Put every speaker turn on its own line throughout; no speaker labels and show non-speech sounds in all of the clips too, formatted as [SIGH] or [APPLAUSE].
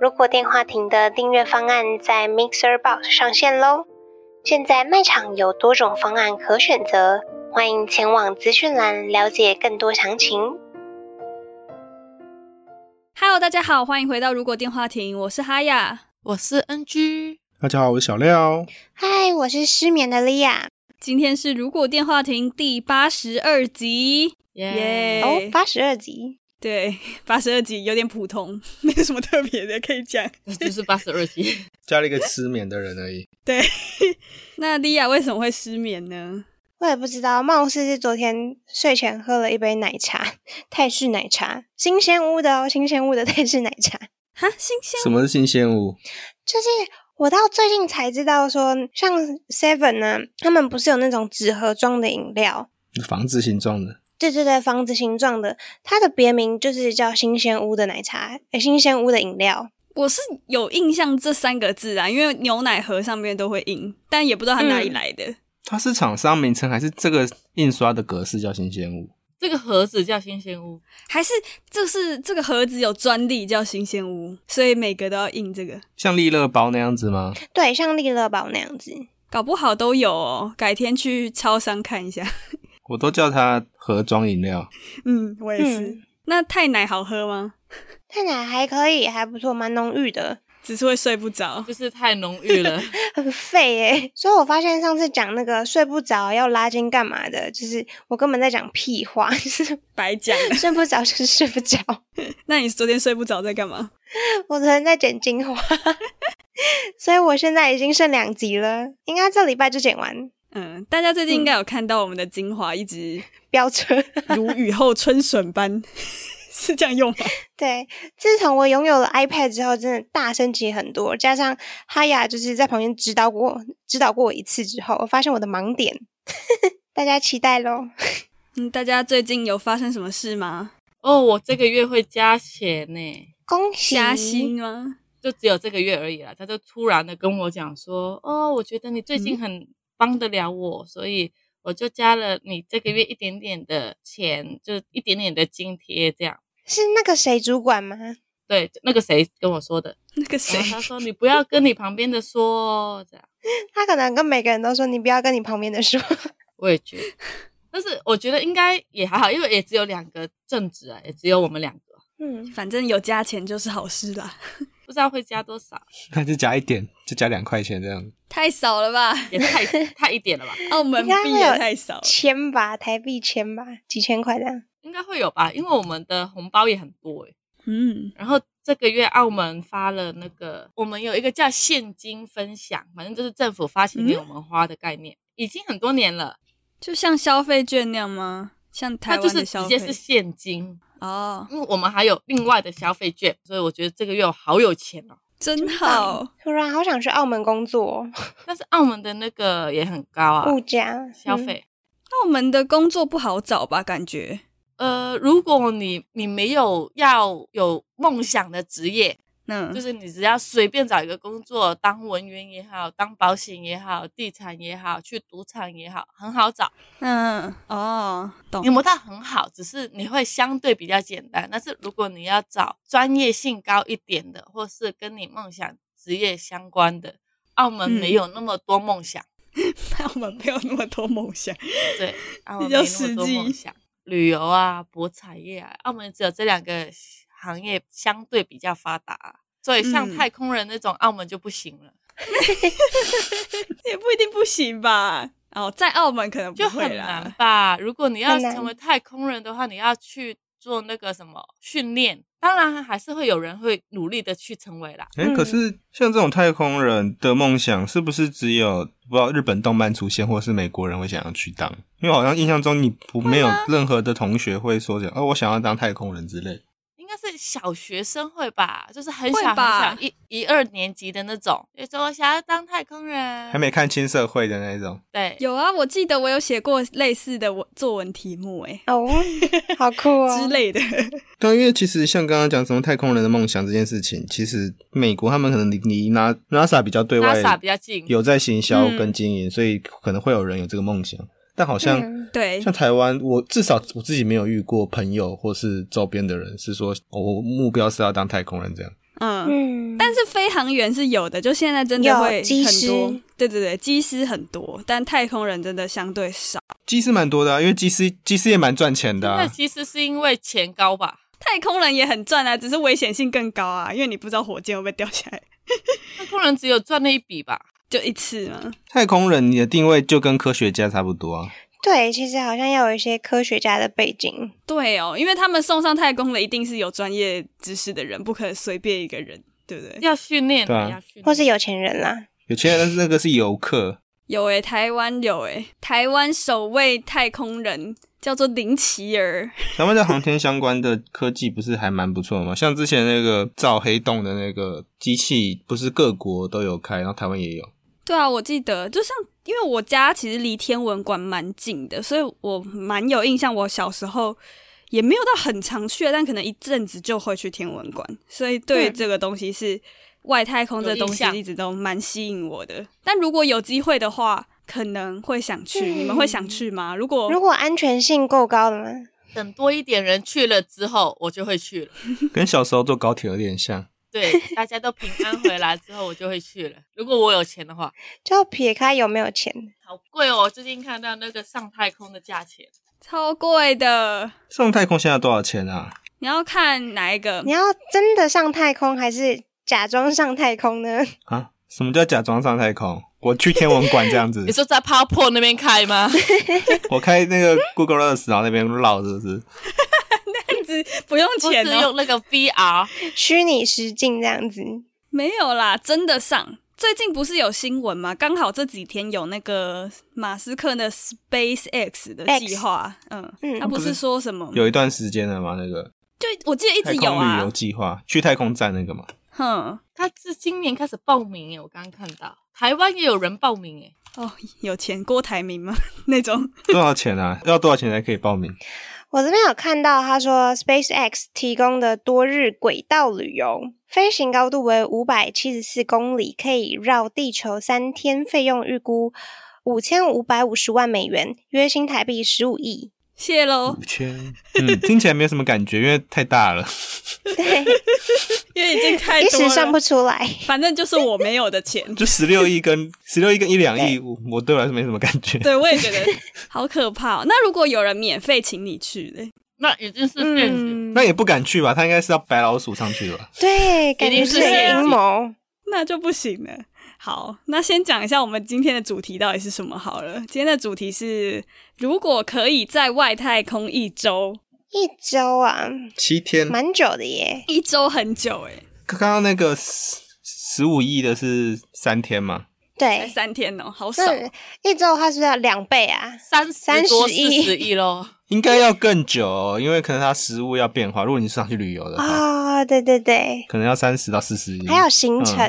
如果电话亭的订阅方案在 Mixer Box 上线喽。现在卖场有多种方案可选择，欢迎前往资讯栏了解更多详情。
Hello，大家好，欢迎回到《如果电话亭》，我是哈雅。
我是 NG，
大家好，我是小廖。
嗨，我是失眠的莉亚。
今天是《如果电话亭》第八十二集，耶、
哦，八
[LAUGHS]
十二集，
对， [LAUGHS] 八十二集有点普通， [LAUGHS] 没有什么特别的可以讲。
[LAUGHS] 就是八十二集。 [LAUGHS]
加了一个失眠的人而已。
对，那莉亚为什么会失眠呢？
我也不知道，貌似是昨天睡前喝了一杯奶茶，泰式奶茶，新鲜屋的哦，新鲜屋的泰式奶茶。
哈，新鲜
什么是新鲜舞？
就是我到最近才知道说，像 Seven 呢、他们不是有那种纸盒装的饮料？
房子形状的，
对对对，房子形状的，它的别名就是叫新鲜屋的奶茶，呃新鲜屋的饮料。
我是有印象这三个字啊，因为牛奶盒上面都会印，但也不知道它哪里来的。
它是厂商名称还是这个印刷的格式叫新鲜舞？
这个盒子叫新鲜屋，
还是就是这个盒子有专利叫新鲜屋，所以每个都要印这个，
像利乐包那样子吗？
对，像利乐宝那样子。
搞不好都有哦。改天去超商看一下。
我都叫它盒装饮料。
嗯，我也是。
嗯
那太奶好喝吗？
看起来还可以，还不错，蛮浓郁的，
只是会睡不着。
就是太浓郁了。
很废耶、 [LAUGHS] 所以我发现上次讲那个睡不着要拉筋干嘛的，就是我根本在讲屁话， [LAUGHS] 就是
白讲 [LAUGHS] 了。
睡不着就是睡不着。
那你昨天睡不着在干嘛？
我昨天在剪精华， [LAUGHS] 所以我现在已经剩两集了，应该这礼拜就剪完。
嗯，大家最近应该有看到我们的精华一直
飙车， [LAUGHS]
如雨后春笋般， [LAUGHS] 是这样用吗？
对，自从我拥有了 iPad 之后，真的大升级很多。加上哈雅就是在旁边指导过我指导过我一次之后，我发现我的盲点， [LAUGHS] 大家期待喽。
嗯，大家最近有发生什么事吗？
哦，我这个月会加钱呢，
恭喜
加薪吗？
就只有这个月而已啦。他就突然的跟我讲说，哦，我觉得你最近很帮得了我，所以我就加了你这个月一点点的钱，就一点点的津贴这样。
是那个谁主管吗？
对，那个谁跟我说的，
[LAUGHS] 那个
然
谁
后，他说你不要跟你旁边的说哦，这样。
他可能跟每个人都说，你不要跟你旁边的说。
我也觉得，但是我觉得应该也还好，因为也只有两个正职啊，也只有我们两个，
[LAUGHS] 嗯，
反正有加钱就是好事啦。
不知道会加多少，
那就加一点，就加两块钱这样。
太少了 [LAUGHS] 吧？
也太太一点了吧，
澳门
应该会
币
有
也太少了。
千吧，台币千吧，几千块这样。
应该会有吧，因为我们的红包也很多诶、
嗯，
然后这个月澳门发了那个，我们有一个叫现金分享，反正就是政府发钱给我
嗯
们花的概念，已经很多年了，
就像消费券那样吗？像台
它就
湾
是
的
直
消
接
费
是现金，
哦，
因为我们还有另外的消费券，所以我觉得这个月我好有钱哦。
真好。
突然好想去澳门工作、
但是澳门的那个也很高啊
哦，，物价
消
嗯
费。
澳门的工作不好找吧？感觉
呃，如果你你没有要有梦想的职业，
嗯，
就是你只要随便找一个工作，当文员也好，当保险也好，地产也好，去赌场也好，很好找。
嗯哦，懂
你。没到很好，只是你会相对比较简单。但是如果你要找专业性高一点的，或是跟你梦想职业相关的，澳门
嗯
没有那么多梦想，
那我们没有那么多梦想。
对，澳门
比
没
较
那么多
实际
梦想。旅游啊，博彩业啊，澳门只有这两个行业相对比较发达啊、所以像
嗯
太空人那种，澳门就不行了，
也不一定不行吧？哦，在澳门可能
就
不会
很难
啦。
吧。如果你要
很难
成为太空人的话，你要去做那个什么训练，当然还是会有人会努力的去成为啦。
哎、
嗯
可是像这种太空人的梦想，是不是只有不知道日本动漫出现，或是美国人会想要去当？因为好像印象中你不没有任何的同学会说讲，哦，我想要当太空人之类。
应该是小学生会吧，就是很
会
小很
吧
小一一二年级的那种，就说我想要当太空人，
还没看青社会的那种，
对，
有啊，我记得我有写过类似的我作文题目、欸，
哦，好酷
[LAUGHS] 之
哦！
类的。
对，啊因为其实像刚刚讲什么太空人的梦想这件事情，其实美国他们可能离离 Na- NASA 比较对外
NASA 比较近
有在行销
嗯
跟经营，所以可能会有人有这个梦想，但好像、
嗯
对，
像台湾，我至少我自己没有遇过朋友或是周边的人是说、哦我目标是要当太空人这样。
嗯，
嗯，
但是飞行员是有的，就现在真的会
有机
很
师
多，对对对，机师很多，但太空人真的相对少。
机师蛮多的、啊，因为机师机师也蛮赚钱的、
那
啊。
其实是因为钱高吧？
太空人也很赚啊，只是危险性更高啊，因为你不知道火箭会不会掉下来，
太空人只有赚那一笔吧？
就一次嘛。
太空人你的定位就跟科学家差不多啊。
对，其实好像要有一些科学家的背景，
对哦，因为他们送上太空的一定是有专业知识的人，不可能随便一个人，对不对？
要训练的，
对啊
要训练，
或是有钱人啦。
有钱人那个是游客，
有诶、台湾有诶、台湾首位太空人叫做林奇儿，
台湾的航天相关的科技不是还蛮不错的吗？像之前那个造黑洞的那个机器，不是各国都有开，然后台湾也有。
对啊，我记得，就像因为我家其实离天文馆蛮近的，所以我蛮有印象。我小时候也没有到很常去，啊但可能一阵子就会去天文馆，所以对
嗯
这个东西是外太空这
有
个
印
东西
象
一直都蛮吸引我的。但如果有机会的话，可能会想去。
嗯
你们会想去吗？如果
如果安全性够高的嘛，
等多一点人去了之后，我就会去了。
跟小时候坐高铁有点像。
[LAUGHS]
对，大家都平安回来之后，我就会去了。如果我有钱的话，
就要撇开有没有钱，
好贵哦！我最近看到那个上太空的价钱，
超贵的，
上太空现在多少钱啊？
你要看哪一个
你？要真的上太空还是假装上太空呢？ [LAUGHS]
啊，什么叫假装上太空？我去天文馆这样子
[LAUGHS]
你，说在 PowerPoint 那边开
[LAUGHS]
吗？
我开那个 Google Earth，然后那边绕是不是？
只 [LAUGHS] 不用
不
钱
是
哦，
用那个 VR，
虚拟实境这样子，
没有啦，真的上。最近不是有新闻吗？刚好这几天有那个马斯克的 SpaceX 的
X
计划，嗯，
嗯
他不是说什么？
有一段时间了嘛，那个
就我记得一直
太
有
空旅
啊
游，计划，去太空站那个嘛。
哼，
他是今年开始报名耶，我刚刚看到台湾也有人报名耶。
哦，有钱郭台铭吗？ [LAUGHS] 那种
多少钱啊？要多少钱才可以报名？
我这边有看到，他说 SpaceX 提供的多日轨道旅游，飞行高度为五百七十四公里，可以绕地球三天，费用预估五千五百五十万美元，约新台币十
[LAUGHS]
五亿。
谢喽，
千。嗯，听起来没有什么感觉，因为太大了。
对，
因为已经太
一
多
时算
了
不，出来。
[LAUGHS] 反正就是我没有的
[LAUGHS]
钱。
就十六亿跟十六亿跟一两亿，我我对我来说没什么感觉。
对，我也觉得好可怕、哦。那如果有人免费请你去嘞，
那已经是现实，
嗯
那，也不敢去吧？他应该是要白老鼠上去的吧？
对，感觉
定
是
是
一个
陷
阴
阱
谋。
那就不行了。好，那先讲一下我们今天的主题到底是什么好了。今天的主题是，如果可以在外太空一周，
一周啊，
七天。
蛮久的耶。
一周很久欸诶、
刚刚那个十十五亿的是三天嘛？
才
对，
三天哦、好少。
哎那一周它是不是要两倍啊？
三
三
十
十
多四
亿
十亿喽。
应该要更久哦、因为可能它食物要变化。如果你是上去旅游的话，
啊、嗯对对对，
可能要三十到四十亿。
还有行程，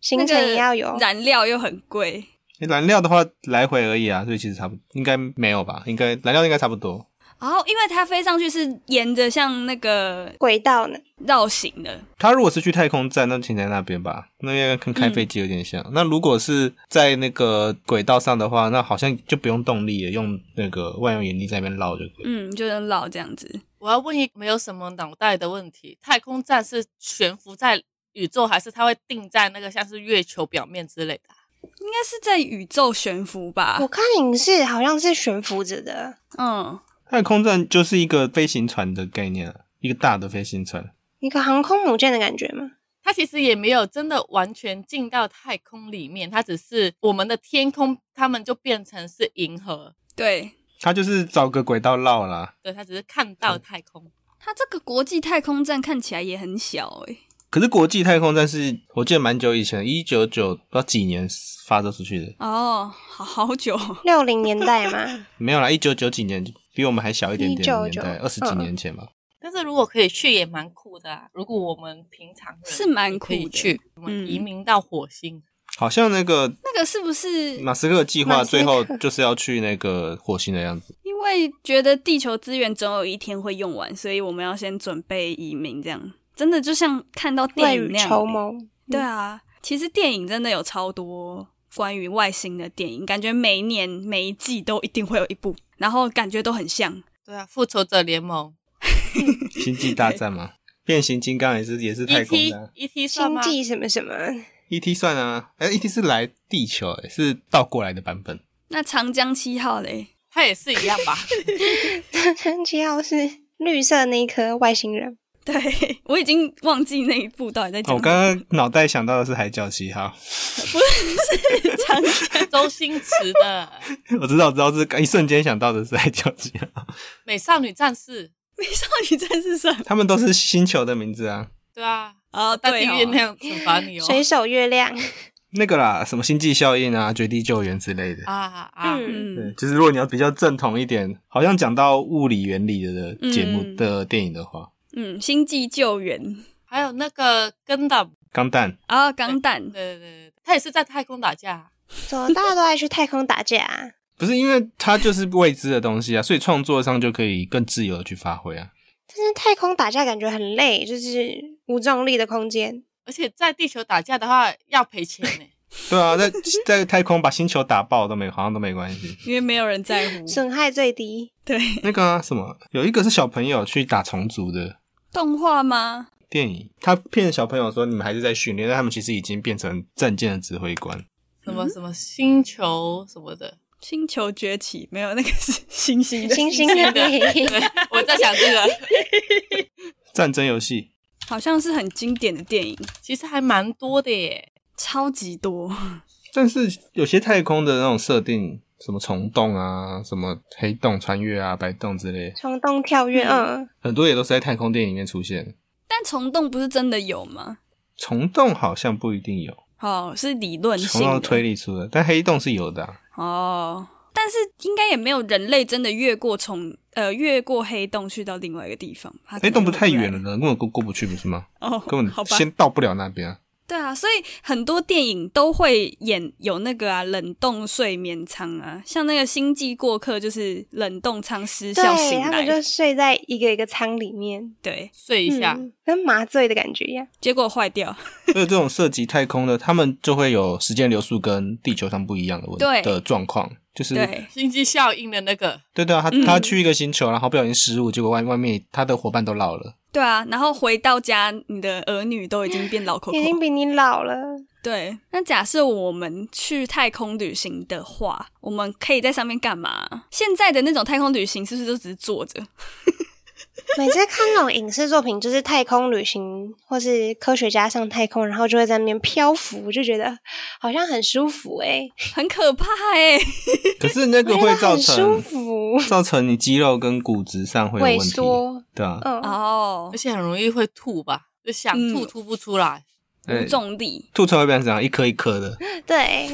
行
那
程也
个
要有。
燃料又很贵。
燃料的话，来回而已啊，所以其实差不应该没有吧？应该燃料应该差不多。
然后，因为它飞上去是沿着像那个
轨道呢？
绕行的，
他如果是去太空站，那停在那边吧，那边跟开飞机有点像。那如果是在那个轨道上的话，那好像就不用动力了，用那个万有引力在那边绕就可以。
嗯，就能绕这样子。
我要问一个没有什么脑袋的问题：太空站是悬浮在宇宙，还是它会定在那个像是月球表面之类的啊？
应该是在宇宙悬浮吧
我？看影视好像是悬浮着的，
嗯，
太空站就是一个飞行船的概念啊，一个大的飞行船。
一个航空母舰的感觉吗？
它其实也没有真的完全进到太空里面，它只是我们的天空，它们就变成是银河。
对，
它就是找个轨道绕啦。
对，它只是看到太空，
它这个国际太空站看起来也很小欸诶、
可是国际太空站是我记得蛮久以前，一九九不知道几年发射出去的，
哦，好好久哦。 [LAUGHS]
六零年代嘛，
没有啦，一九九几年比我们还小一点点的年代，嗯
1990
二十几年前吧。
但是如果可以去也蛮酷的啊。如果我们平常人
是蛮酷的
也可以去，我们
嗯
移民到火星，
好像那个
那个是不是
马斯克计划最后就是要去那个火星的样子。
因为觉得地球资源总有一天会用完，所以我们要先准备移民，这样真的就像看到电
未
影
雨
那样。
绸缪。
对啊，其实电影真的有超多关于外星的电影，感觉每一年每一季都一定会有一部，然后感觉都很像。
对啊，复仇者联盟
星际大战嘛，变形金刚也是也
E
是太空的啊、
，ET ET 算
星
吗？
际什么什么，
ET 算啊，哎、e t 是来地球、哎是倒过来的版本。
那长江七号嘞，
它也是一样吧？
张七号是绿色那一颗外星人，
对 [LAUGHS] 我已经忘记那一部到底在
哦
讲什么。
我刚刚脑袋想到的是海角七号， [LAUGHS]
长江
周星驰的《
我知道，我知道，是一瞬间想到的是海角七号， [LAUGHS]
美少女战士》，
美少女战士算
他们都是星球的名字啊。
对啊，
哦，
大地
对
狱那
哦，
样惩罚你哦，
水手月亮，
那个啦，什么星际效应啊、绝地救援之类的。
啊啊，
嗯，
对，
嗯，
就是如果你要比较正统一点，好像讲到物理原理的节目、
嗯
的电影的话，
嗯，星际救援
还有那个跟的，
钢弹
啊，钢弹
对，对对对，他也是在太空打架，
怎么大家都爱去太空打架啊？
不是因为它就是未知的东西啊，所以创作上就可以更自由的去发挥啊。
但是太空打架感觉很累，就是无重力的空间。
而且在地球打架的话要赔钱呢。
对啊，在在太空把星球打爆都没好像都没关
[LAUGHS]
系。
因为没有人在
[LAUGHS]
乎。
损害最低。
对，
那个、啊、什么，有一个是小朋友去打虫族的
动画吗？
电影，他骗小朋友说你们还是在训练，但他们其实已经变成战舰的指挥官。
什么什么星球什么的，
星球崛起没有，那个是星星的
星星的你，
对，我在想这个，
战争游戏
好像是很经典的电影，
其实还蛮多的耶。
超级多。
但是有些太空的那种设定，什么虫洞啊、什么黑洞穿越啊、白洞之类，
虫洞跳跃，嗯，
很多也都是在太空电影里面出现。
但虫洞不是真的有吗？
虫洞好像不一定有，
哦，是理论
虫
性
洞
的
推理出的，但黑洞是有的啊、
哦。但是应该也没有人类真的越过虫呃越过黑洞去到另外一个地方。它可能
黑洞不太
回不来
远了呢，根本过过不去，不是吗？
哦，
根
好
本
吧。
先到不了那边、啊。
对啊，所以很多电影都会演有那个啊冷冻睡眠舱啊，像那个《星际过客》就是冷冻舱失效
对
醒
他
来，
们就睡在一个一个舱里面，
对，
睡一下，
嗯跟麻醉的感觉一样。
结果坏掉。
[LAUGHS] 所以这种涉及太空的，他们就会有时间流速跟地球上不一样的
对
问的状况，就是
对，
星际效应的那个，
对对啊，他
嗯
他去一个星球，然后不小心失误，结果外外面他的伙伴都老
[LAUGHS]
了，
对啊，然后回到家，你的儿女都已经变老口
已经
口。
比你老了，
对，那假设我们去太空旅行的话，我们可以在上面干嘛？现在的那种太空旅行是不是都只是坐着？
[LAUGHS] 每次看那种影视作品，就是太空旅行或是科学家上太空，然后就会在那边漂浮，就觉得好像很舒服哎、欸，
很可怕
[LAUGHS]
哎、
可是那个
我觉
会
得
造
很舒
成
服，
造成你肌肉跟骨质上会有问
萎
题，
缩，
对啊，
嗯，
哦
而，且很容易会吐吧，就想
嗯
吐吐不出来。
无呃重力。
哎吐出来会变成这样一颗一颗的，
对，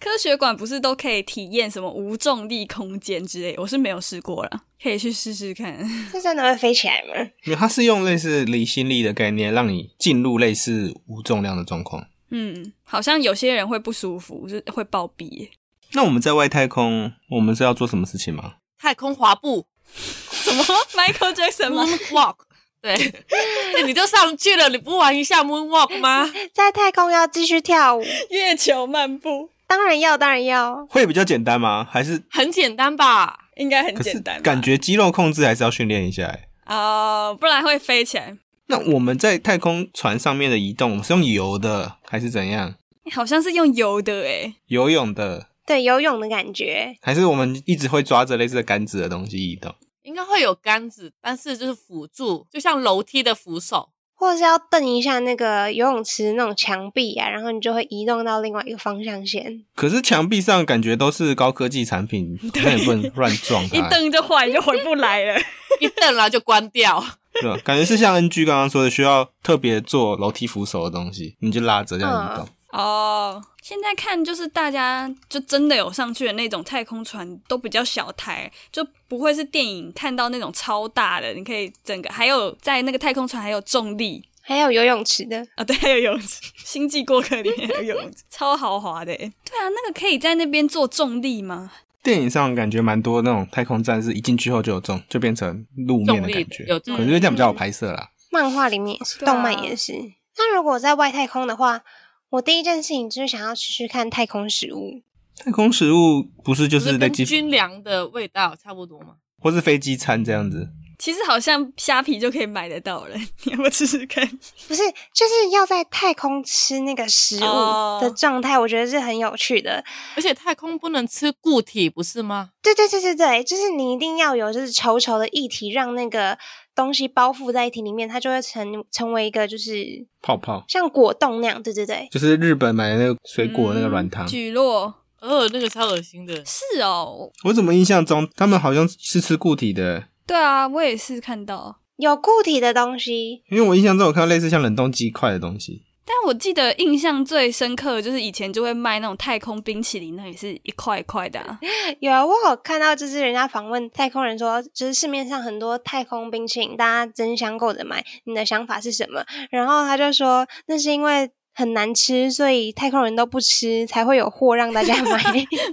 科学馆不是都可以体验什么无重力空间之类？我是没有试过啦，可以去试试看。 [LAUGHS]
是真的会飞起来
[LAUGHS]
吗？
因为它是用类似离心力的概念，让你进入类似无重量的状况。
嗯，好像有些人会不舒服，就是会暴毙
[LAUGHS]
耶。
那我们在外太空，我们是要做什么事情吗？
太空滑步
什么 Michael Jackson 吗？
，moon walk，对， [LAUGHS] 那你就上去了，你不玩一下 moon walk 吗？
在太空要继续跳舞，
月球漫步
当然要，当然要，
会比较简单吗？还是
[LAUGHS] 很简单吧？
应该很
可是
简单吧，
感觉肌肉控制还是要训练一下、欸。
哦，不然会飞起来。
那我们在太空船上面的移动，我们是用游的还是怎样？
[LAUGHS] 好像是用游的欸诶，
游泳的，
对，游泳的感觉，
还是我们一直会抓着类似的杆子的东西移动？
应该会有杆子，但是就是辅助，就像楼梯的扶手。
或者是要蹬一下那个游泳池那种墙壁啊，然后你就会移动到另外一个方向线。
可是墙壁上感觉都是高科技产品，
[LAUGHS]
那也不能乱撞
一
它、欸，
蹬就坏，就回不来
[LAUGHS]
了。
一蹬了就关掉，
对
嗯
吧？感觉是像 NG 刚刚说的，需要特别做楼梯扶手的东西，你就拉着这样移动。
哦，现在看就是大家就真的有上去的那种太空船，都比较小台，就不会是电影看到那种超大的。你可以整个还有在那个太空船还有重力
还有游泳池的，
啊、对， [LAUGHS] 还有游泳
[LAUGHS]
池，《星际过客》里面还有游泳池，超豪华的耶。对啊，那个可以在那边做重力吗？
电影上感觉蛮多那种太空站是一进去后就有重，就变成路面的感觉
重力，有重
可
力
是因为这样比较好拍摄啦。
漫画里面也是，
对啊
动漫也是。那如果在外太空的话，我第一件事情就是想要吃吃看太空食物。
太空食物不是就
就是跟
类似
军粮的味道差不多嘛。
或是飞机餐这样子，
其实好像虾皮就可以买得到了， [LAUGHS] 你要不要试试看？
不是，就是要在太空吃那个食
哦
物的状态，我觉得是很有趣的。
而且太空不能吃固体，不是吗？
对对对对对，就是你一定要有就是稠稠的液体，让那个东西包覆在一体里面，它就会成成为一个就是
泡泡
像果冻那样。对对对，
就是日本买的那个水果那个
嗯
软糖。
举落
呃，那个超恶心的。
是哦，
我怎么印象中他们好像是吃固体的、
对啊，我也是看到，
有固体的东西，
因为我印象中有看到类似像冷冻鸡块的东西，
但我记得印象最深刻的就是以前就会卖那种太空冰淇淋，那也是一块一块的、 [LAUGHS] 啊，
有啊，我有看到，就是人家访问太空人说，就是市面上很多太空冰淇淋，大家争相购着买，你的想法是什么？然后他就说，那是因为很难吃，所以太空人都不吃，才会有货让大家买。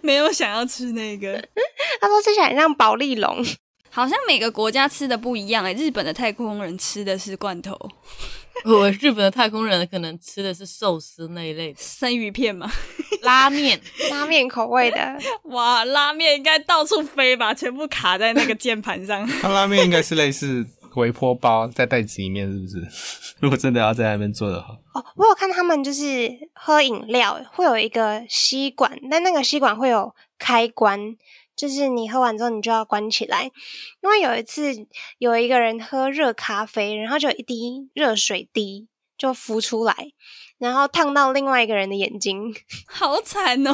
没有想要吃那个。
他说这想让宝丽龙， [LAUGHS]
好像每个国家吃的不一样诶、欸日本的太空人吃的是罐头、
我日本的太空人可能吃的是寿司那一类的
生鱼片嘛，
拉面，
拉面口味的，
[LAUGHS] 哇，拉面应该到处飞吧，全部卡在那个键盘 [LAUGHS] 上。
它拉面应该是类似微波包在袋子里面，是不 [LAUGHS] 是？如果真的要在那边做的话，
[LAUGHS] 哦，我有看他们就是喝饮料会有一个吸管，但那个吸管会有开关，就是你喝完之后你就要关起来。因为有一次有一个人喝热咖啡，然后就有一滴热水滴就浮出来，然后烫到另外一个人的眼睛， [LAUGHS]
好惨哦！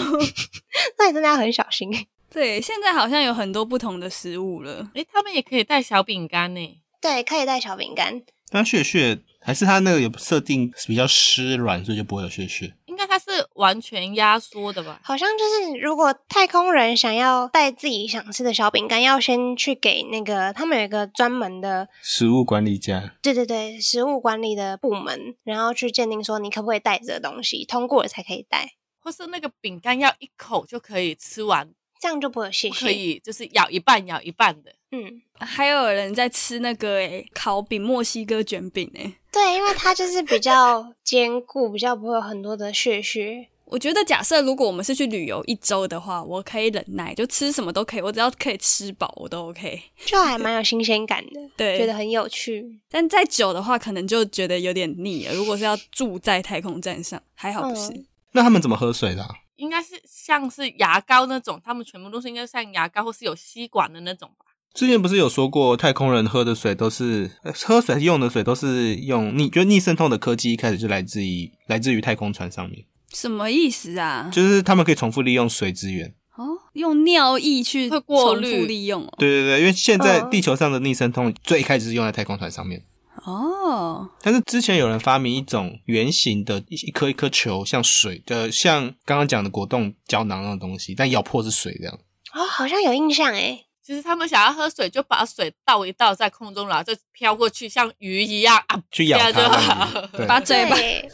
那你真的要很小心。
[LAUGHS]
[LAUGHS]
对，现在好像有很多不同的食物了。
诶，他们也可以带小饼干呢。
对，可以带小饼干，
那血血还是它那个有设定比较湿软，所以就不会有血血。
应该它是完全压缩的吧？
好像就是如果太空人想要带自己想吃的小饼干，要先去给那个他们有一个专门的
食物管理家，
对对对，食物管理的部门，然后去鉴定说你可不可以带这个东西，通过了才可以带，
或是那个饼干要一口就可以吃完，
这样就不会有谢
不可
谢。
以就是咬一半咬一半的。
嗯，
还有人在吃那个诶、烤饼、墨西哥卷饼欸诶、
对，因为它就是比
[LAUGHS]
较坚固，比较不会有很多的血血。
我觉得假设如果我们是去旅游一周的话，我可以忍耐，就吃什么都可以，我只要可以吃饱我都 OK。
就还蛮有新鲜感的，
对
觉得很有趣。
但再久的话，可能就觉得有点腻了。如果是要住在太空站上，还好不是。
嗯
那他们怎么喝水的啊、
应该是像是牙膏那种，他们全部都是应该像牙膏或是有吸管的那种吧？
之前不是有说过，太空人喝的水都是呃喝水用的水都是用逆，就是逆渗透的科技一开始就来自于来自于太空船上面，
什么意思啊？
就是他们可以重复利用水资源。
哦，用尿液去
会过
重复
滤
利用哦。
对对对，因为现在
嗯
地球上的逆渗透最一开始是用在太空船上面。
哦，
但是之前有人发明一种圆形的一一颗一颗球，像水的，像刚刚讲的果冻胶囊那种东西，但咬破是水这样。
哦，好像有印象哎诶，
其实他们想要喝水，就把水倒一倒在空中，然后就飘过去，像鱼一样啊，
去咬它
这样就好
让
[LAUGHS]
你对
把嘴巴
对，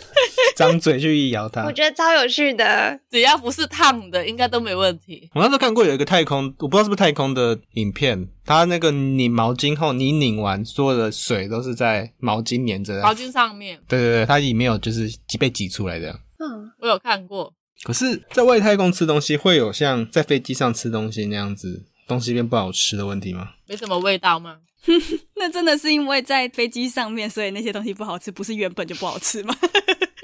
张嘴去咬它
我觉得超有
[LAUGHS]
趣的。
[LAUGHS] 只要不是烫的，应该都没问题。
我那时候看过有一个太空，我不知道是不是太空的影片，它那个拧毛巾后，你拧完所有的水都是在毛巾粘着的
毛。巾上面
对对对，它里面有就是挤被挤出来这样。
嗯，
我有看过，
可是，在外太空吃东西会有像在飞机上吃东西那样子，东西变不好吃的问
[LAUGHS]
题吗？
没什么味道吗？
那真的是因为在飞机上面，所以那些东西不好吃，不是原本就不好
[LAUGHS]
吃吗？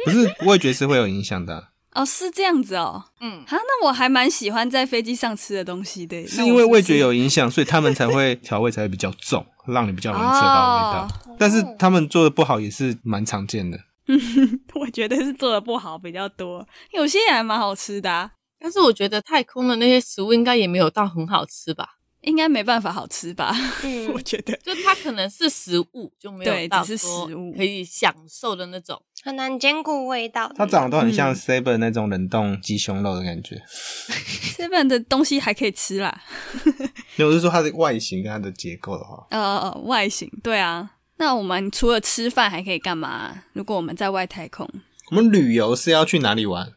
不是，我也觉得是会有影响的啊、
哦，是这样子哦。
嗯，
啊，那我还蛮喜欢在飞机上吃的东西的。
是
那我
因为味
不是
觉有影响，所以他们才会调味才会比较重，让你比较容易吃得到味道。
哦
但是他们做的不好也是蛮常见的。
[LAUGHS] 我觉得是做的不好比较多，有些也还蛮好吃的、啊。
但是我觉得太空的那些食物应该也没有到很好吃吧？
应该没办法好吃吧？[LAUGHS]
嗯
我觉得
就它可能是食物，就没有
对
到
只是
说
食物
可以享受的那种。
很难兼顾味道。
它长得都很像
嗯
Seven 那种冷冻鸡胸肉的感觉。
seven 的东西还可以吃啦。
因为我是说它的外形跟它的结构的话，
呃，外形对啊。那我们除了吃饭还可以干嘛？如果我们在外太空，
我们旅游是要去哪里玩？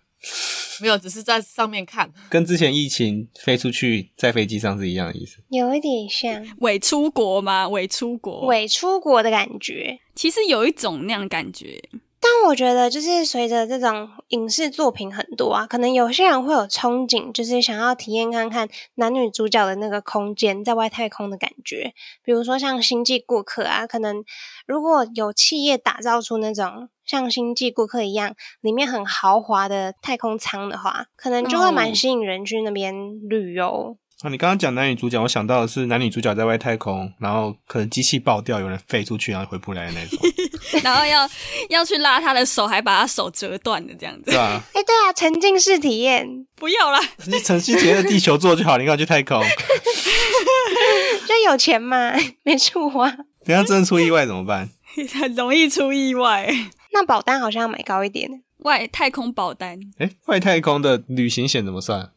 没有，只是在上面看。
跟之前疫情飞出去在飞机上是一样的意思。
有一点像
伪出国吗？伪出国，
伪出国的感觉。
其实有一种那样感觉，
但我觉得，就是随着这种影视作品很多啊，可能有些人会有憧憬，就是想要体验看看男女主角的那个空间在外太空的感觉。比如说像《星际过客》啊，可能如果有企业打造出那种像《星际过客》一样里面很豪华的太空舱的话，可能就会蛮
嗯
吸引人去那边旅游。
啊，你刚刚讲男女主角，我想到的是男女主角在外太空，然后可能机器爆掉，有人飞出去，然后回不来的那种，
然后要要去拉他的手，还把他手折断的这样
对
子。 [LAUGHS]
[LAUGHS]
吧、啊？
哎、对啊，沉浸式体验，
不要啦， [LAUGHS]
你晨曦直接在地球做就好，你干嘛去
[LAUGHS]
太空？
就有钱嘛， [LAUGHS] 没啊处花。
等一下真的出意外怎么办？
很容易出意外。
那保单好像要买高一点，
外太空保单
哎、外太空的旅行险怎么算？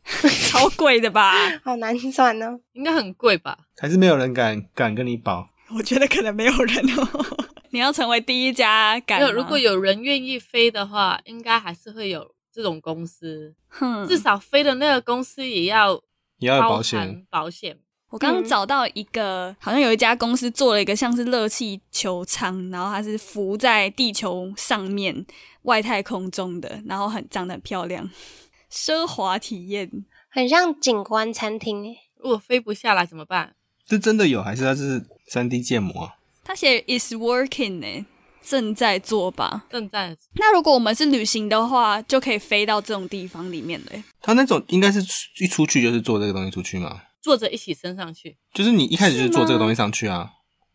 超贵的吧？
好难算哦。
应该很贵吧？
还是没有人敢敢跟你保？
[LAUGHS] 我觉得可能没有人哦。 [LAUGHS] 你要成为第一家 [LAUGHS] 敢
没
吗？
有，如果有人愿意飞的话，应该还是会有这种公司，
哼，
至少飞的那个公司也要
也要有
包
保险
含保险。
我刚刚
嗯
找到一个，好像有一家公司做了一个像是热气球舱，然后它是浮在地球上面外太空中的，然后很长得很漂亮， [LAUGHS] 奢华体验。
很像景观餐厅欸诶，
如果飞不下来怎么办？
这真的有还是它是三 D 建模啊？
它写 is working 呢、正在做吧。
正在
那如果我们是旅行的话，就可以飞到这种地方里面了、欸
它那种应该是一出去就是坐这个东西出去嘛，
坐着一起升上去，
就是你一开始就是是坐这个
吗
东西上去啊，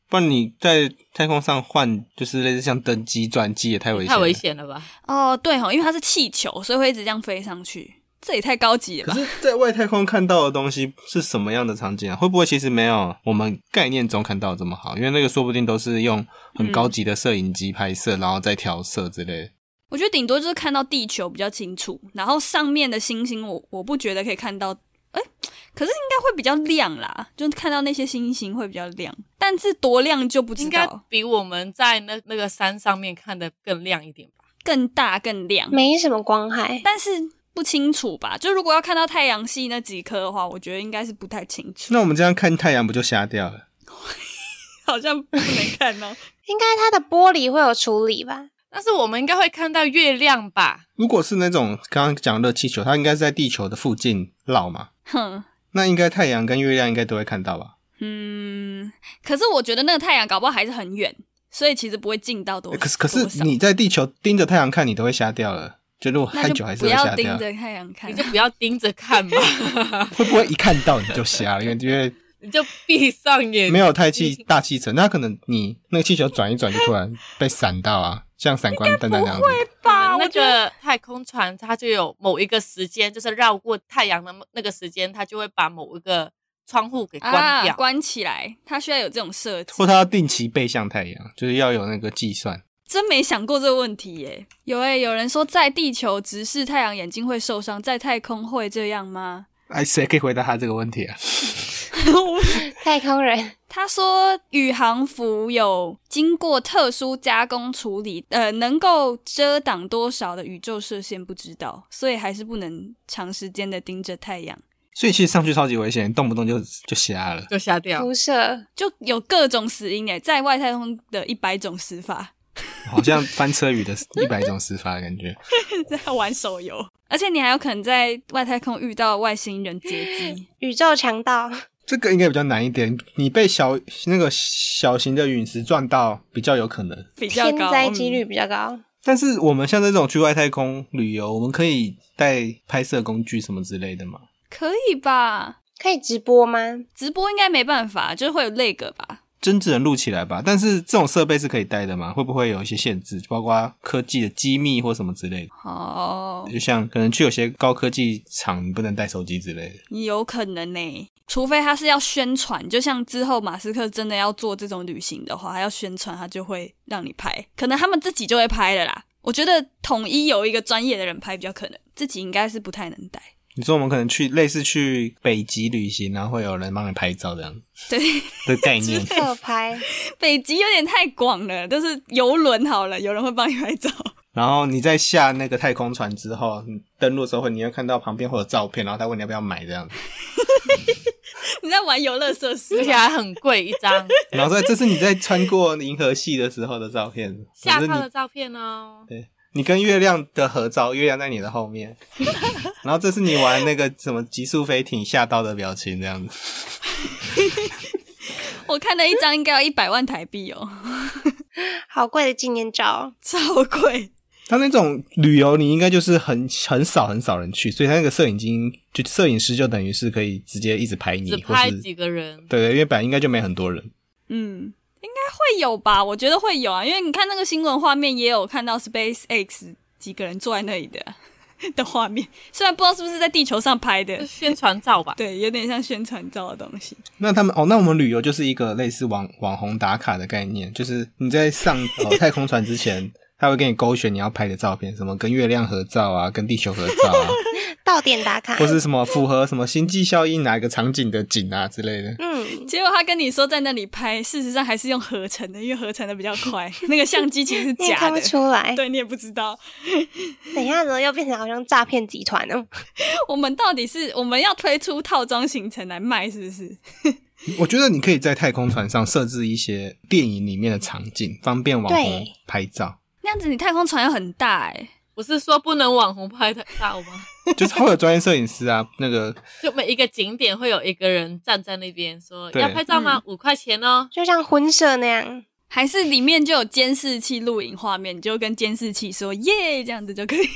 不然你在太空上换就是类似像登机转机也太危险，
太危。险了吧？
哦，对吼，因为它是气球，所以会一直这样飞上去，这也太高级了吧？
可是，在外太空看到的东西是什么样的场景啊？会不会其实没有我们概念中看到的这么好？因为那个说不定都是用很高级的摄影机拍摄，然后再调色之类的。
我觉得顶多就是看到地球比较清楚，然后上面的星星我我不觉得可以看到，哎，可是应该会比较亮啦，就看到那些星星会比较亮，但是多亮就不知
应该
道，
比我们在那那个山上面看的更亮一点吧？
更大更亮，
没什么光害。
但是不清楚吧？就如果要看到太阳系那几颗的话，我觉得应该是不太清楚，
那我们这样看太阳不就瞎掉了？
好像不能看
[LAUGHS]
哦。
应该它的玻璃会有处理吧？
但是我们应该会看到月亮吧？
如果是那种刚刚讲的热气球，它应该是在地球的附近绕嘛，
哼，
那应该太阳跟月亮应该都会看到吧？
嗯，可是我觉得那个太阳搞不好还是很远，所以其实不会近到多
欸
少。
可是可
多
是
少
你在地球盯着太阳看，你都会瞎掉了。就如果
那
太
就
久还是
不
会
要
瞎
盯
掉，
着太阳看
你就，不要盯着看吧，
[LAUGHS]
会不会一看到你就瞎了？因为因为
你就闭上眼。
没有太气大气层，那可能你那个气球转一转就突然被闪到啊，像闪光灯那样子。
吧？我
可能那
觉得
个太空船它就有某一个时间，就是绕过太阳的那个时间，它就会把某一个窗户给关
啊
掉。，
关起来，它需要有这种设计。
或它要定期背向太阳，就是要有那个计算。
真没想过这个问题耶。有诶，有人说在地球直视太阳眼睛会受伤，在太空会这样吗？
哎，谁可以回答他这个问题啊？ [LAUGHS]
太空人
他说，宇航服有经过特殊加工处理，呃，能够遮挡多少的宇宙射线不知道，所以还是不能长时间的盯着太阳，
所以其实上去超级危险，动不动就就瞎了。
就瞎掉，
辐射，
就有各种死因诶，在外太空的一百种死法。 [LAUGHS]
好像翻车鱼的一百种死法的感觉。
在玩手游，而且你还有可能在外太空遇到外星人劫机。
宇宙强盗，
这个应该比较难一点，你被小那个小型的陨石撞到比较有可能。
比较
天
高
灾几
嗯
率比较高。
但是我们像这种去外太空旅游，我们可以带拍摄工具什么之类的嘛？
可以吧？
可以直播吗？，
直播应该没办法，就是会有那个吧。
真只能录起来吧？但是这种设备是可以带的嘛？会不会有一些限制，包括科技的机密或什么之类的？
哦，
就像可能去有些高科技厂，你不能带手机之类的。
有可能呢、除非他是要宣传，就像之后马斯克真的要做这种旅行的话，他要宣传，他就会让你拍，可能他们自己就会拍了啦。我觉得统一有一个专业的人拍比较可能，自己应该是不太能带。
你说我们可能去类似去北极旅行，然后会有人帮你拍照这样
对， [LAUGHS]
的概念
[LAUGHS] 侧拍，
北极有点太广了，就是游轮好了，有人会帮你拍照。 [LAUGHS]
然后你在下那个太空船之后，你登陆的时候会你会看到旁边会有照片，然后他问你要不要买这样子，
你在玩游乐设施
而
吗
啊
且还很贵一 [LAUGHS] 张，
然后说这是你在穿过银河系的时候的照片，
下
可是
套
你
的照片哦。
你跟月亮的合照，月亮在你的后面， [LAUGHS] 然后这是你玩那个什么极速飞艇吓到的表情这样子，
我看了一张应该要一百万台币哦，
好贵的纪念照。
超贵。
他那种旅游，你应该就是很很少很少人去，所以他那个摄影机就摄影师就等于是可以直接一直拍你，
只
或
拍
是
几个人，
对对，因为本来应该就没很多人。
嗯，应该会有吧？我觉得会有啊，因为你看那个新闻画面也有看到 SpaceX 几个人坐在那里的 [LAUGHS] 的画面，虽然不知道是不是在地球上拍
是
的，
宣传照吧？ [LAUGHS]
对，有点像宣传照的东西。
那他们哦，那我们旅游就是一个类似网网红打卡的概念，就是你在上、呃、太空船之前，他会给你勾选你要拍的照片，什么跟月亮合照啊，跟地球合照啊，
到点打卡
或。是什么符合什么星际效应哪个场景的景啊之类的。
嗯，
结果他跟你说在那里拍，事实上还是用合成的，因为合成的比较 [LAUGHS] 快，那个相机其实是
你也
假
看不
的。
出来。
对你也不知道，
等一下怎么又变成好像诈骗集团哦？
我们到底是我们要推出套装行程来卖，是不是？
我觉得你可以在太空船上设置一些电影里面的场景，方便网红
对
拍照，
那样子你太空船又很大哎、
不是说不能网红拍的照吗？ [LAUGHS]
就是会有专业摄影师啊，那个
就每一个景点会有一个人站在那边说
对
要拍照吗？五块钱哦。
就像婚摄那样，
还是里面就有监视器录影画面，你就跟监视器说耶，这样子就可以，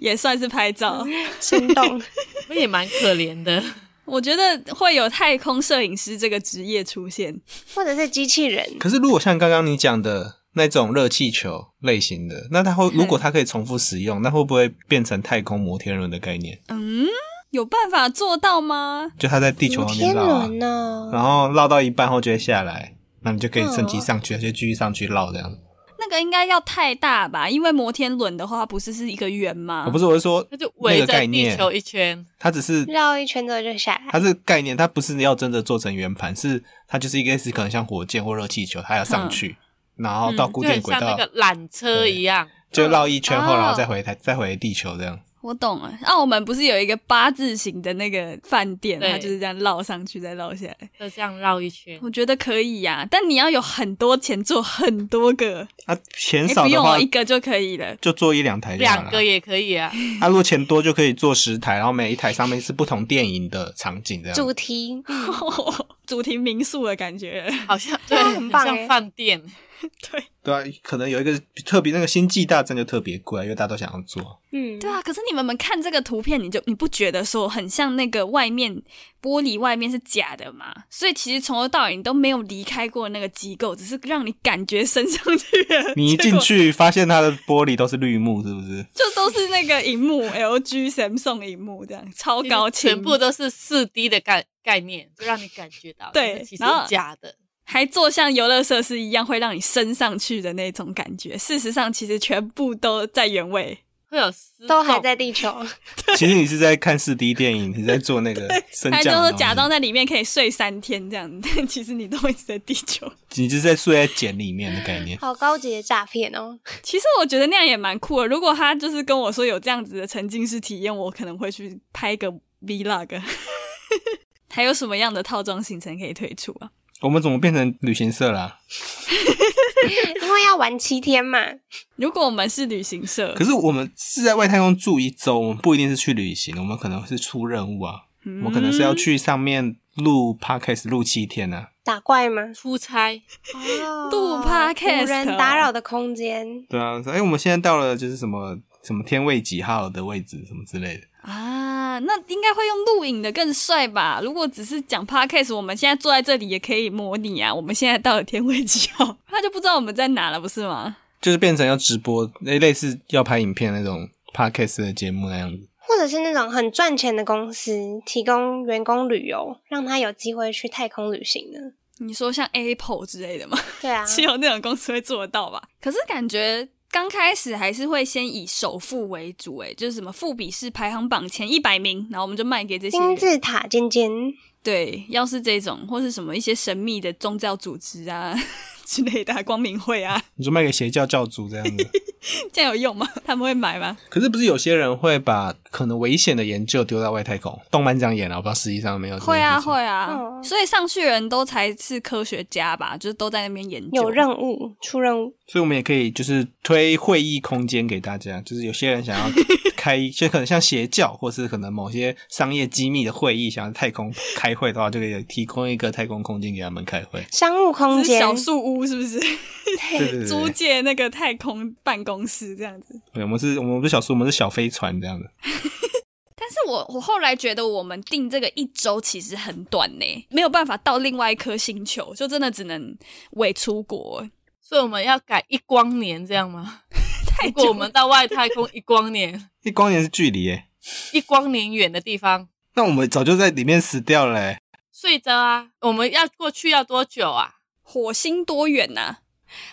也算是拍照。
生动。
那也蛮可怜的， [LAUGHS]
我觉得会有太空摄影师这个职业出现，
或者是机器
[LAUGHS]
人，
可是如果像刚刚你讲的那种热气球类型的，那它会如果
嗯
它可以重复使用，那会不会变成太空摩天轮的概念？
嗯，有办法做到吗？
就它在地球
摩
旁边
天哦
绕、啊，
轮呢？
然后绕到一半后就会下来，那你就
嗯
可以趁机上去，它就继续上去绕这样。
那个应该要太大吧，因为摩天轮的话不是是一个圆吗？
啊
哦我不是我是说
他就
那
围
个
着
概
地
念，
球一圈，
它只
嗯
是
绕一圈之后就下来。
它是概念，它不是要真的做成圆盘，是它就是一个是可能像火箭或热气球，它要上去，然后到
嗯
固
就
定
很
轨
像
道、
那个缆车一样。
就绕一圈后，
哦
然后再回台再回地球这样。
我懂了，澳门不是有一个八字形的那个饭店，
对
它就是这样绕上去再绕下来，
就这样绕一圈，
我觉得可以呀、但你要有很多钱做很多个，
啊，钱
哎
少
不
的
用
话
哦，一个就可以了。
就做一两台就好
两
了。
个也可以 [LAUGHS] 啊。
啊，如果钱多就可以做十台，然后每一台上面是不同电影的场景这
主
样。
题，
[LAUGHS] 主题民宿的感觉。
好像对，
对啊很
很
棒欸
像饭店。
对
对啊，可能有一个特别那个星际大战就特别贵啊，因为大家都想要做。
嗯，
对啊，可是你们们看这个图片，你就你不觉得说很像那个外面玻璃外面是假的吗？所以其实从头到尾你都没有离开过那个机构，只是让你感觉升上去了。
你一
结
进
果
去发现它的玻璃都是绿幕，是不是？
就都是那个荧幕 [LAUGHS] ，LG、Samsung 荧幕这样超高清，
全部都是四 D 的概概念，就让你感觉到
对
就是其实
然后
是假的。
还做像游乐设施一样会让你升上去的那种感觉。事实上，其实全部都在原位。
会有失
都还
重
在地球，
其实你是在看四 D 电影，你在做那个升
还就
降的
说
东西，
假装在里面可以睡三天这样，但其实你都一直在地球。
你就是在睡在茧里面的概念。 [LAUGHS]
好高级的诈骗哦！
其实我觉得那样也蛮酷的。如果他就是跟我说有这样子的沉浸式体验，我可能会去拍个 vlog。还有什么样的套装行程可以推出啊？
我们怎么变成旅行社啦、
因为要玩七天嘛，
如果我们是旅行社，
可是我们是在外太空住一周，我们不一定是去旅行，我们可能是出任务啊，
嗯
我们可能是要去上面录 podcast 录七天啊。
打怪吗？
出差，
哦
录 podcast 哦
无人打扰的空间，
对啊，哎、我们现在到了就是什么什么天位几号的位置什么之类的，
嗯啊，那应该会用录影的更帅吧？如果只是讲 podcast，我们现在坐在这里也可以模拟啊。我们现在到了天位几号， [LAUGHS] 他就不知道我们在哪了，不是吗？
就是变成要直播，类类似要拍影片那种 podcast 的节目那样子。
或者者是那种很赚钱的公司提供员工旅游，让他有机会去太空旅行呢？
你说像 Apple 之类的吗？[LAUGHS]
对啊，
只有那种公司会做得到吧？可是感觉刚开始还是会先以首富为主、欸，诶，就是什么富比士排行榜前一百名，然后我们就卖给这些
金
人。
字塔尖尖，
对，要是这种或是什么一些神秘的宗教组织啊 [LAUGHS] 之类的啊、光明会啊，
你就卖给邪教教主这样子。
这样有用吗？ [LAUGHS] 他们会买吗？
[LAUGHS] 可是不是有些人会把可能危险的研究丢到外太空？动漫这样演了，我不知道实际上有没有这件
会啊，
事情
会啊，
嗯
所以上去人都才是科学家吧，就是都在那边研究。
有任务出任务，
所以我们也可以就是推会议空间给大家，就是有些人想要开，就可能像邪教，或是可能某些商业机密的会议，想要太空开会的话，就可以提供一个太空空间给他们开会。
商务空
只是
间，
小树屋是不是？ [LAUGHS]
对对对
租
对
借那个太空办公室这样子。
对，我们是我们不是小苏，我们是小飞船这样的。
但是我我后来觉得我们定这个一周其实很短呢，没有办法到另外一颗星球，就真的只能伪出国。
所以我们要改一光年这样吗？
太
如果
久
我们到外太空一光年， [LAUGHS]
一光年是距离耶，
一光年远的地方
那我们早就在里面死掉了耶。
睡着啊，我们要过去要多久啊？
火星多远呐、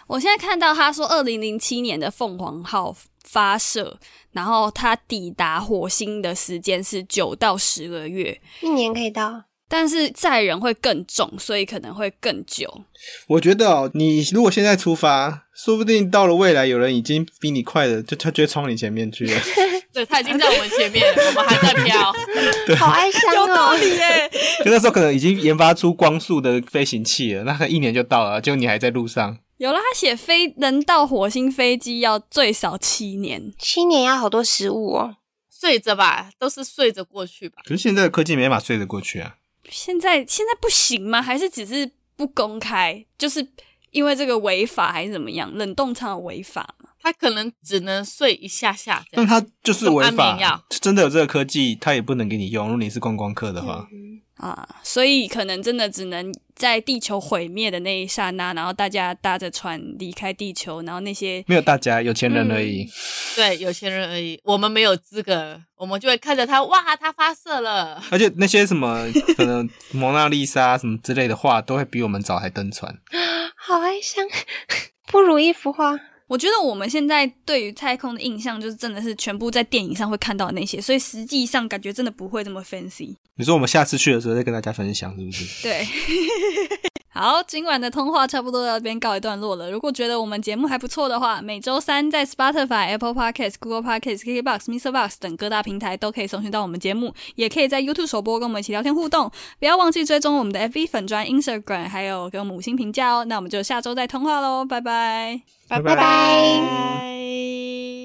我现在看到他说，二零零七年的凤凰号发射，然后它抵达火星的时间是九到十个月，
一年可以到，
但是载人会更重，所以可能会更久。
我觉得哦，你如果现在出发，说不定到了未来，有人已经比你快的，就他就会冲你前面去了。
对，他已经在我们前面 [LAUGHS] 了，我们还在飘。
好哀伤
有道
哦。
理耶、
[LAUGHS] 就那时候可能已经研发出光速的飞行器了，那可能一年就到了，结果你还在路上。
[LAUGHS] 有啦，他写飞能到火星飞机要最少七年，
七年要好多食物哦， [GASPS]
睡着吧，都是睡着过去吧。
可是现在的科技没办法睡得过去啊。
现在现在不行吗？还是只是不公开？就是因为这个违法还是怎么样？冷冻舱有违法吗？
他可能只能睡一下下这
但
样。
它就是违
用安眠
法
药，
真的有这个科技，它也不能给你用。如果你是观光客的话，
啊，所以可能真的只能在地球毁灭的那一刹那，然后大家搭着船离开地球，然后那些
没有大家有钱人而已。
对，有钱人而已，我们没有资格，我们就会看着他，哇，他发射了。
而且那些什么可能蒙娜丽莎什么之类的画，都会比我们早还登船。
好哀伤， [LAUGHS] 不如一幅画。
我觉得我们现在对于太空的印象，就是真的是全部在电影上会看到的那些，所以实际上感觉真的不会这么 fancy。
你说我们下次去的时候再跟大家分享，是不是？
对。 [LAUGHS] 好，今晚的通话差不多到这边告一段落了。如果觉得我们节目还不错的话，每周三在 Spotify、Apple Podcasts、Google Podcasts、KKBox、Mr. Box 等各大平台都可以搜寻到我们节目，也可以在 YouTube 首播跟我们一起聊天互动。不要忘记追踪我们的 FB 粉砖、Instagram，还有给我们五星评价哦。那我们就下周再通话喽，拜拜。
拜拜
拜
拜